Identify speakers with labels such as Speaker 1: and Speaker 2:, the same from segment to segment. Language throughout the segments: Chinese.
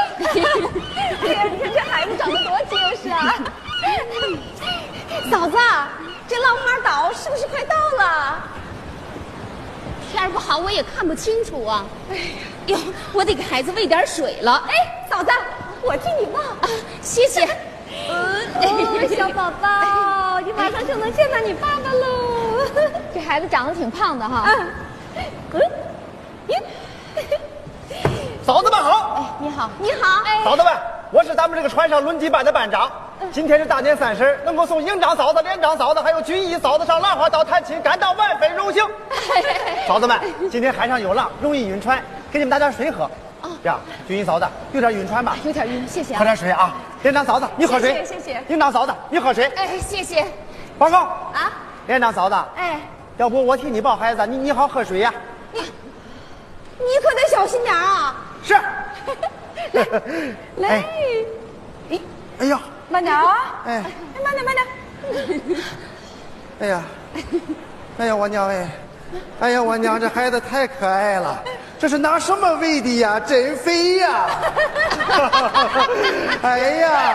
Speaker 1: 哎呀，你看这孩子长得多结实啊！ 嫂子，
Speaker 2: 啊
Speaker 1: 这浪花岛是不是快到了？
Speaker 2: 天儿不好，我也看不清楚啊。哎呦，我得给孩子喂点水了。
Speaker 1: 哎，嫂子，我替你抱。
Speaker 2: 啊，谢谢。
Speaker 1: 哦，小宝宝，你马上就能见到你爸爸喽。
Speaker 2: 这孩子长得挺胖的哈。
Speaker 1: 嗯，嗯，咦，
Speaker 3: 嫂子们好，
Speaker 2: 你好，
Speaker 1: 你好，哎，
Speaker 3: 嫂子们，我是咱们这个船上轮机版的班长。
Speaker 1: 嗯
Speaker 3: 今天是大年三十，能够送营长嫂子、连长嫂子还有军医嫂子上浪花岛探亲，感到万分荣幸。
Speaker 1: 哎
Speaker 3: 嫂子们，今天海上有浪，容易晕船，给你们打点水喝。
Speaker 1: 啊
Speaker 3: 这样，军医嫂子有点晕船吧？
Speaker 2: 有点晕，谢谢
Speaker 3: 喝
Speaker 2: 啊。
Speaker 3: 点水啊！连长嫂子，你喝水。
Speaker 1: 哎谢谢谢谢
Speaker 3: 营长嫂子，你喝水。
Speaker 2: 哎，谢谢。
Speaker 3: 报告，
Speaker 1: 啊，
Speaker 3: 连长嫂子，
Speaker 1: 哎，
Speaker 3: 要不我替你抱孩子，你你好喝水呀、
Speaker 1: 你可得小心点啊。
Speaker 3: 是。
Speaker 1: 来，
Speaker 3: 哎哎呀，
Speaker 1: 慢点啊。
Speaker 3: 哎，
Speaker 1: 哎，慢点，慢点。
Speaker 3: 哎 呀，哎呀，我娘哎，哎呀，我娘这孩子太可爱了，这是拿什么喂的呀？真肥 呀！哎呀，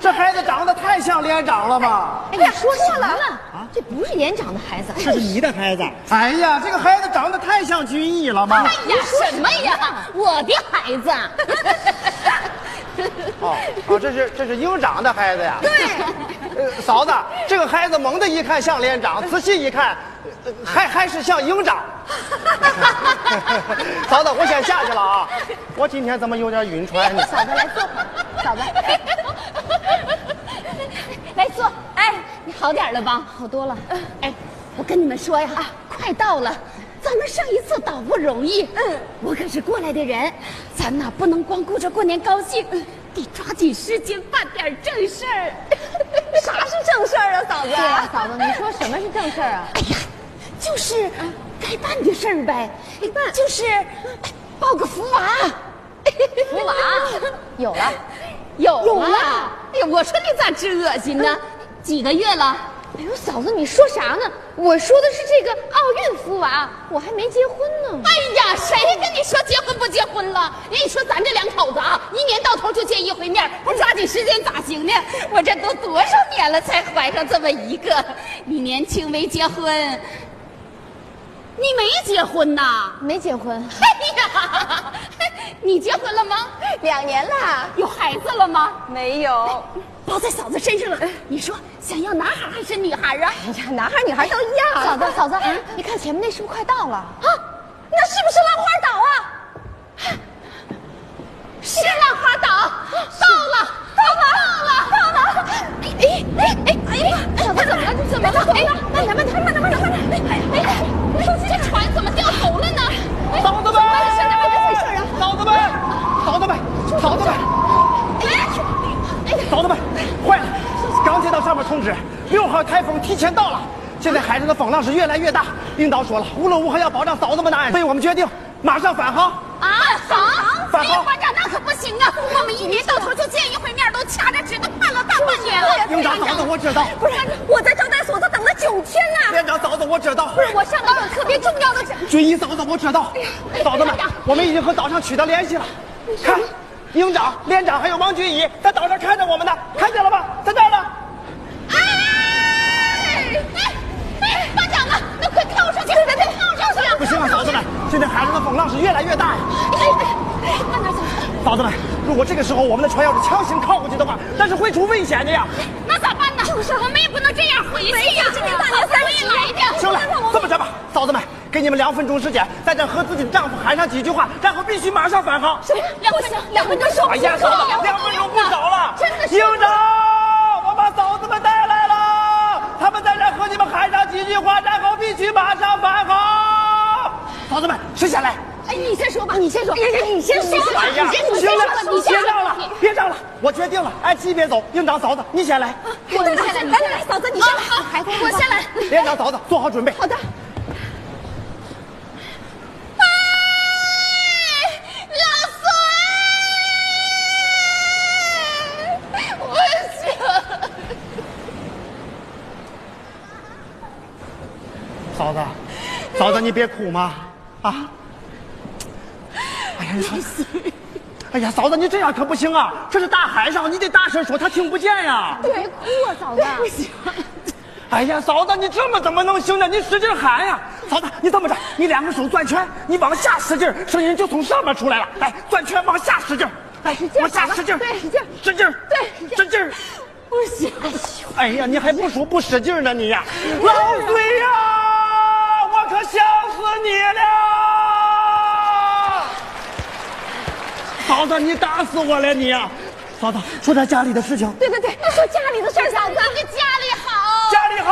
Speaker 3: 这孩子长得太像连长了吧？
Speaker 2: 哎，你说错了啊，这不是连长的孩子。
Speaker 3: 这是你的孩子。哎呀，这个孩子长得太像军医了嘛
Speaker 2: 哎！呀，什么呀？我的孩子。
Speaker 3: 哦，哦，这是这是营长的孩子呀。对。呃，嫂子，这个孩子猛的一看像连长，仔细一看，呃还还是像营长。 嫂子，我先下去了啊！我今天怎么有点晕船呢？
Speaker 2: 嫂子来坐会儿，嫂子。来坐，哎，你好点了吧？好多了。啊哎，我跟你们说呀，快到了，咱们上一次岛不容易。嗯，我可是过来的人，咱呐不能光顾着过年高兴，得抓紧时间办点正事 儿。
Speaker 1: 啥是正事儿啊，嫂子？
Speaker 4: 对啊，嫂子，你说什么是正事儿啊？
Speaker 2: 哎呀，就是该办的事儿呗，嗯办就是哎抱个福娃。
Speaker 4: 福娃有了，
Speaker 2: 有
Speaker 4: 有啊
Speaker 2: 了
Speaker 4: 了！
Speaker 2: 哎呀，我说你咋真恶心呢？几个月了？
Speaker 4: 哎呦，嫂子，你说啥呢？我说的是这个奥运福娃，我还嗯没结婚呢。
Speaker 2: 哎呀，谁跟你说结婚不结婚了？人家说咱这两口子啊，一年到头就见一回面，不抓紧时间咋行呢？我这都多少年了才怀上这么一个，你年轻没结婚，你没结婚呐？
Speaker 4: 没结婚，
Speaker 2: 哎呀， 你结婚了吗？
Speaker 1: 两年啦，
Speaker 2: 有孩子了吗？
Speaker 1: 没有。
Speaker 2: 包在嫂子身上了，你说想要男孩还是女孩啊？
Speaker 1: 哎呀，男孩女孩都一样。
Speaker 4: 嫂子，嫂子，啊你看前面那是不是快到了？
Speaker 2: 啊，那是不是浪花岛啊？是浪花岛，到了，到了，到了，到了！哎哎哎哎哎！
Speaker 4: 嫂子，怎么了？你怎么了？
Speaker 2: 哎呀，慢点，慢点，慢点，慢点，慢点！哎哎，这船怎么掉头了呢？
Speaker 3: 嫂子们！嫂子们！嫂子们！嫂子们！嫂子们！坏了！刚接到上面通知，六号台风提前到了。现在海上的风浪是越来越大，领导说了，无论如何要保障嫂子们的安全，所以我们决定马上返航。
Speaker 2: 啊，好，
Speaker 3: 返
Speaker 2: 哎呀，
Speaker 3: 航
Speaker 2: 班长那可不行啊！我们一年到头就见一回面，都掐着指头盼了大半年了。
Speaker 3: 营长嫂子，我知道。
Speaker 1: 不是，我在招待所都等了九天了。
Speaker 3: 连长嫂子，我知道。
Speaker 2: 我上到有特别重要的事。
Speaker 3: 军医嫂子，我知道。嫂子们，我们已经和岛上取得联系了。看，营长、连长还有王军医在岛上看着我们呢，看见了吗？在这儿呢。
Speaker 2: 哎哎哎，班长啊，那快跳出去，快跳出去！
Speaker 3: 不行啊，嫂子们，现在海上的风浪是越来越大呀。
Speaker 2: 慢点走。
Speaker 3: 嫂子们，如果这个时候我们的船要是强行靠过去的话，那是会出危险的呀。
Speaker 2: 那咋办呢？我们也不能这样回去呀。啊这大年三十来的，
Speaker 3: 行了，这么着吧，嫂子们，给你们两分钟时间，在这和自己的丈夫喊上几句话，然后必须马上返航。
Speaker 2: 两分钟，两分钟说
Speaker 3: 哎呀，嫂子，两分钟不少了。营长，我把嫂子们带来了，他们在这和你们喊上几句话，然后必须马上返航。嫂子们，谁先来？
Speaker 2: 哎，你先说吧，你先说。哎呀，你先说吧，
Speaker 3: 哎
Speaker 2: 你
Speaker 3: 呀，
Speaker 2: 先说，你
Speaker 3: 行
Speaker 2: 先说吧，
Speaker 3: 了，
Speaker 2: 你
Speaker 3: 别
Speaker 2: 先
Speaker 3: 让了，别让了，我决定了，按级别走。营长嫂子，你先来。
Speaker 1: 哎
Speaker 2: 我先来，你先来，嫂子，你先来，好，我先来。
Speaker 3: 连长嫂子，做好准备。
Speaker 2: 好的。
Speaker 3: 嫂子，嫂子，你别哭嘛，啊！哎呀，哎呀，嫂子，你这样可不行啊！这是大海上，你得大声说，他听不见呀、
Speaker 1: 别哭啊，嫂子。
Speaker 3: 哎呀，嫂子，你这么怎么能行呢？你使劲喊呀、嫂子，你这么着，你两个手转圈，你往下使劲，声音就从上面出来了。来，转圈往下使劲，哎，往下使劲，
Speaker 1: 对使劲，
Speaker 3: 使劲，
Speaker 1: 对
Speaker 3: 使劲。
Speaker 1: 不行，
Speaker 3: 哎呀，你还不数不使劲呢你呀！老隋呀，我可想死你了！嫂子，你打死我了你呀！嫂子，说点家里的事情。
Speaker 1: 对对对，说家里的事儿，嫂子。
Speaker 2: 这家里好，
Speaker 3: 家里好，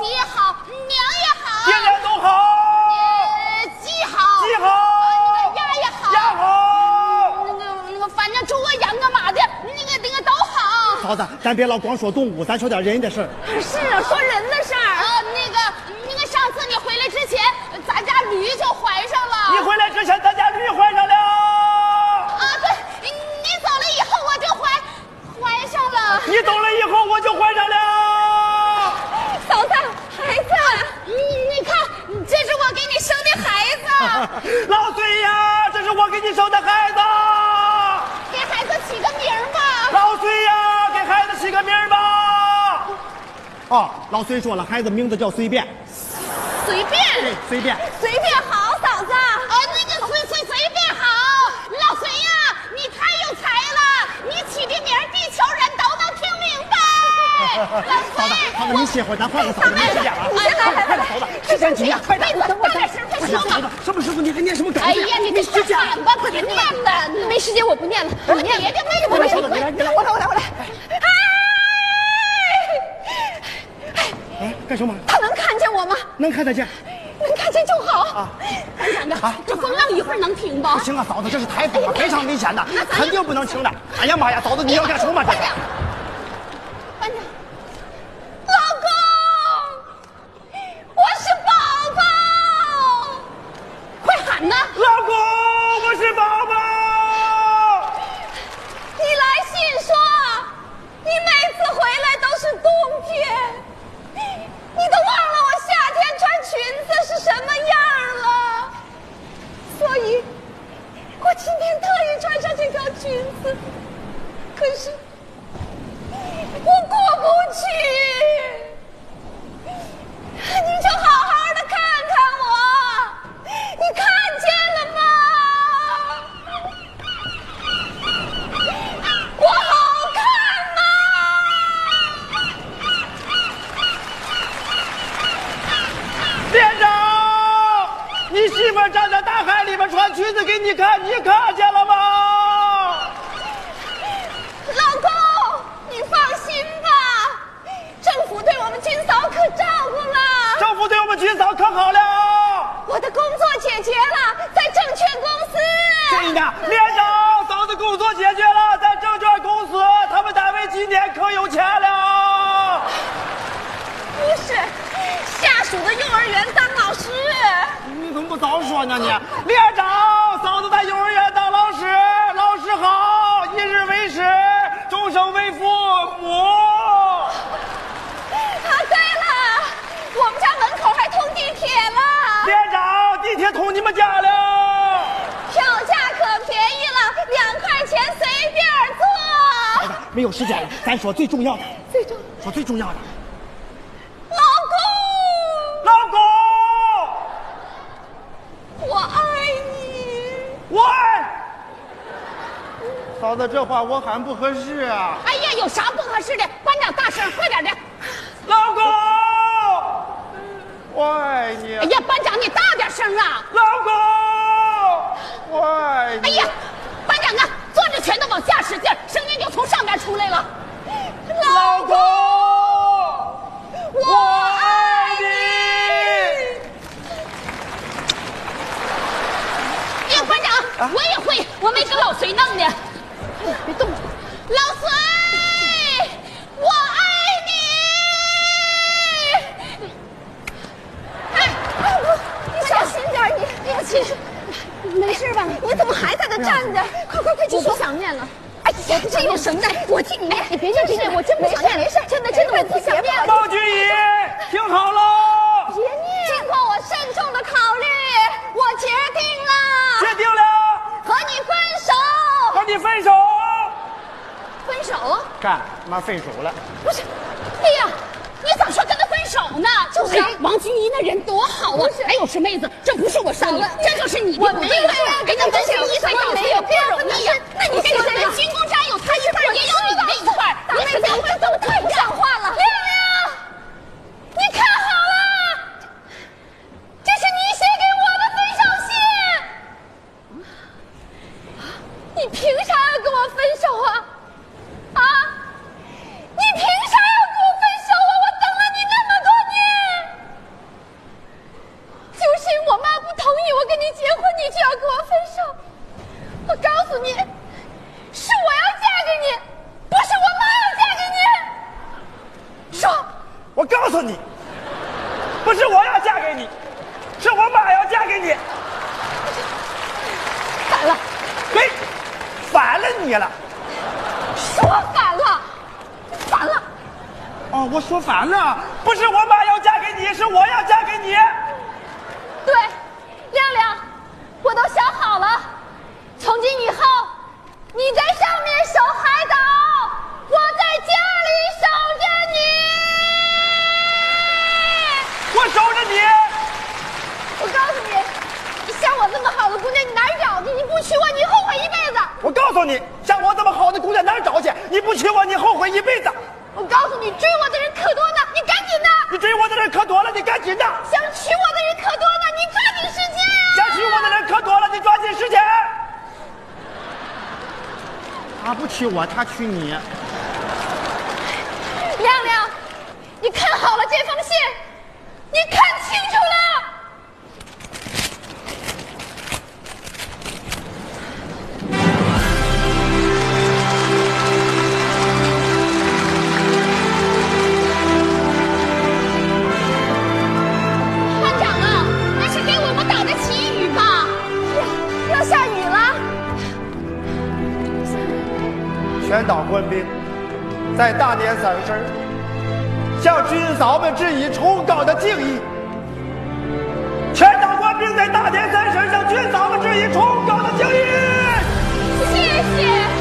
Speaker 2: 爹好，娘也好，
Speaker 3: 爹娘都好，
Speaker 2: 呃，鸡好，
Speaker 3: 鸡好
Speaker 2: 那个鸭也好，
Speaker 3: 家好。
Speaker 2: 那个那个，反正猪啊、羊啊、马的，那个那个都好。
Speaker 3: 嫂子，咱别老光说动物，咱说点人的事儿。
Speaker 1: 是啊，说人的事儿。
Speaker 2: 啊，那个那个，上次你回来之前，咱家驴就怀上了。
Speaker 3: 你回来之前，咱家驴怀上了。
Speaker 2: 啊，对，你走了以后我就怀怀上了。
Speaker 3: 你走了以后，我就怀上了。
Speaker 2: 嫂子，孩子，嗯，你看，这是我给你生的孩 子，
Speaker 3: 老隋呀，这是我给你生的孩子。
Speaker 2: 给孩子起个名儿吧。
Speaker 3: 老隋呀，给孩子起个名儿吧。哦，老隋说了，孩子名字叫随便，
Speaker 2: 随便，
Speaker 3: 对，随便。
Speaker 2: 随便好，嫂子。啊，那个随随随便好，老隋呀，你太有才了，你起的名儿地球人都能听明 白。老隋，，
Speaker 3: 嫂子嫂子，你歇会儿，咱换个嫂子，你别讲了。
Speaker 2: 哎哎哎
Speaker 3: 快点，嫂子，时间紧呀，快点，
Speaker 2: 哎等我等我等我
Speaker 3: 快点，嫂子，什么时候你还念什么感
Speaker 2: 哎
Speaker 3: 觉？
Speaker 2: 呀，你这快
Speaker 3: 时间。
Speaker 2: 喊吧，快点念吧，没时间我不念了，我念别的为
Speaker 3: 我来，
Speaker 2: 什
Speaker 3: 嫂
Speaker 2: 么
Speaker 3: 子，
Speaker 2: 不
Speaker 3: 你来，
Speaker 2: 念？
Speaker 3: 你来，我来，我来，我来。哎，干什么？
Speaker 1: 他能看见我吗？
Speaker 3: 能看得见？
Speaker 1: 能看见就好。班长的，这风浪一会儿能停吧
Speaker 3: 不？行啊，嫂子，这是台风啊，非常危险的，肯定不能轻的。哎呀妈呀，嫂子，你要干什么？这
Speaker 2: 班长，老公，我是宝宝，快喊呐！
Speaker 3: 老公，我是宝宝。
Speaker 2: 你来信说，你每次回来都是冬天，你都忘了我夏天穿裙子是什么样了，所以，我今天特意穿上这条裙子，可是我过不去。你就好好的看看我，你看见了吗？我好看啊吗？
Speaker 3: 店长，你媳妇站在大海里边穿裙子给你看，你看见了吗？
Speaker 2: 老公，你放心吧，政府对我们军嫂可照顾了，
Speaker 3: 政府对我们军嫂可好了。
Speaker 2: 我的工作解决了，在证券公司。
Speaker 3: 对的，连长，嫂子工作解决了，在证券公司，他们单位今年可有钱了。
Speaker 2: 不是，下属的幼儿园当老师。
Speaker 3: 你怎么不早说呢你？连长，嫂子在幼儿园当老师，老师好，一日为师，终生为父母。
Speaker 2: 啊，对了，我们家门口还通地铁了，
Speaker 3: 连长，地铁通你们家了。
Speaker 2: 票价可便宜了，两块钱随便坐。
Speaker 3: 没有时间了，咱说最重要的，
Speaker 2: 最重，
Speaker 3: 说最重要的。
Speaker 2: 老公，
Speaker 3: 老公，
Speaker 2: 我爱你。
Speaker 3: 我爱。嫂子，这话我喊不合适啊。
Speaker 4: 哎呀，有啥不合适的？班长大声，快点的！
Speaker 3: 老公，我爱你
Speaker 4: 哎。呀，班长你大点声啊！
Speaker 3: 老公，我爱
Speaker 4: 哎
Speaker 3: 你。
Speaker 4: 呀，班长啊，攥着拳头往下使劲儿，声音就从上边出来了。
Speaker 3: 老公，我爱你。
Speaker 4: 哎呀，班长，
Speaker 2: 啊
Speaker 4: 我也会，我没跟老隋弄的。
Speaker 2: 哎
Speaker 4: 别动我！
Speaker 2: 老隋，我爱你。哎，你小心点，你别去。
Speaker 1: 没事吧？
Speaker 2: 你哎怎么还在那站着？快快快，去
Speaker 1: 我不
Speaker 2: 说。
Speaker 1: 想念了。
Speaker 2: 哎呀，这有什么的？我替你念。你哎别念，别念，我真不想念。没事，真的真的，我不想念了。
Speaker 3: 包俊怡，听好了，
Speaker 2: 别念。经过我慎重的考虑，我决定了
Speaker 3: 决定了，
Speaker 2: 和你分手。
Speaker 5: 你分手。
Speaker 4: 分手？
Speaker 3: 干妈分手了，
Speaker 4: 不是，哎呀，你咋说跟他分手呢？就是王金妮那人多好啊！哎呦，是妹子，这不是我伤你，这就是你我没有要跟他分手，一分手没有不容易呀。那你这个人金公山有他一半，也有你那一半，你是两个都太不像话了。
Speaker 2: 你看好了，这是你写给我的分手信。你凭啥要跟我分手啊？啊？你凭啥要跟我分手啊？我等了你那么多年，就是因为我妈不同意我跟你结婚，你就要跟我分手。我告诉你，是我要嫁给你，不是我妈要嫁给你。说。
Speaker 5: 我告诉你，不是我要嫁给你，是我妈要嫁给你。
Speaker 4: 反了，
Speaker 5: 哎
Speaker 3: 嘿，反了你了。
Speaker 4: 说反了，反了。
Speaker 3: 哦，我说反了。
Speaker 5: 不是我妈要嫁给你，是我要嫁给你。
Speaker 2: 对，亮亮，我都想好了，从今以后，你在上面守海岛，我在家里守着你。
Speaker 5: 我守着你，
Speaker 2: 我告诉你，你像我这么好的姑娘，你哪儿找去？你不娶我，你后悔一辈子。
Speaker 3: 我告诉你，像我这么好的姑娘哪儿找去？你不娶我，你后悔一辈子。
Speaker 2: 我告诉你，追我的人可多呢，你赶紧的。
Speaker 3: 你追我的人可多了，你赶紧的。
Speaker 2: 想娶我的人可多呢，你抓紧时间啊！
Speaker 3: 想娶我的人可多了，你抓紧时间。他不娶我，他娶你。
Speaker 2: 亮亮，你看好了这封信，你看清楚了。
Speaker 4: 班长啊，那是给我们打的旗语吧？
Speaker 2: 要下雨了。
Speaker 3: 全党官兵在大年三十儿向军嫂们致以崇高的敬意。全党官兵在大年三十儿向军嫂们致以崇高的敬意。
Speaker 2: 谢谢。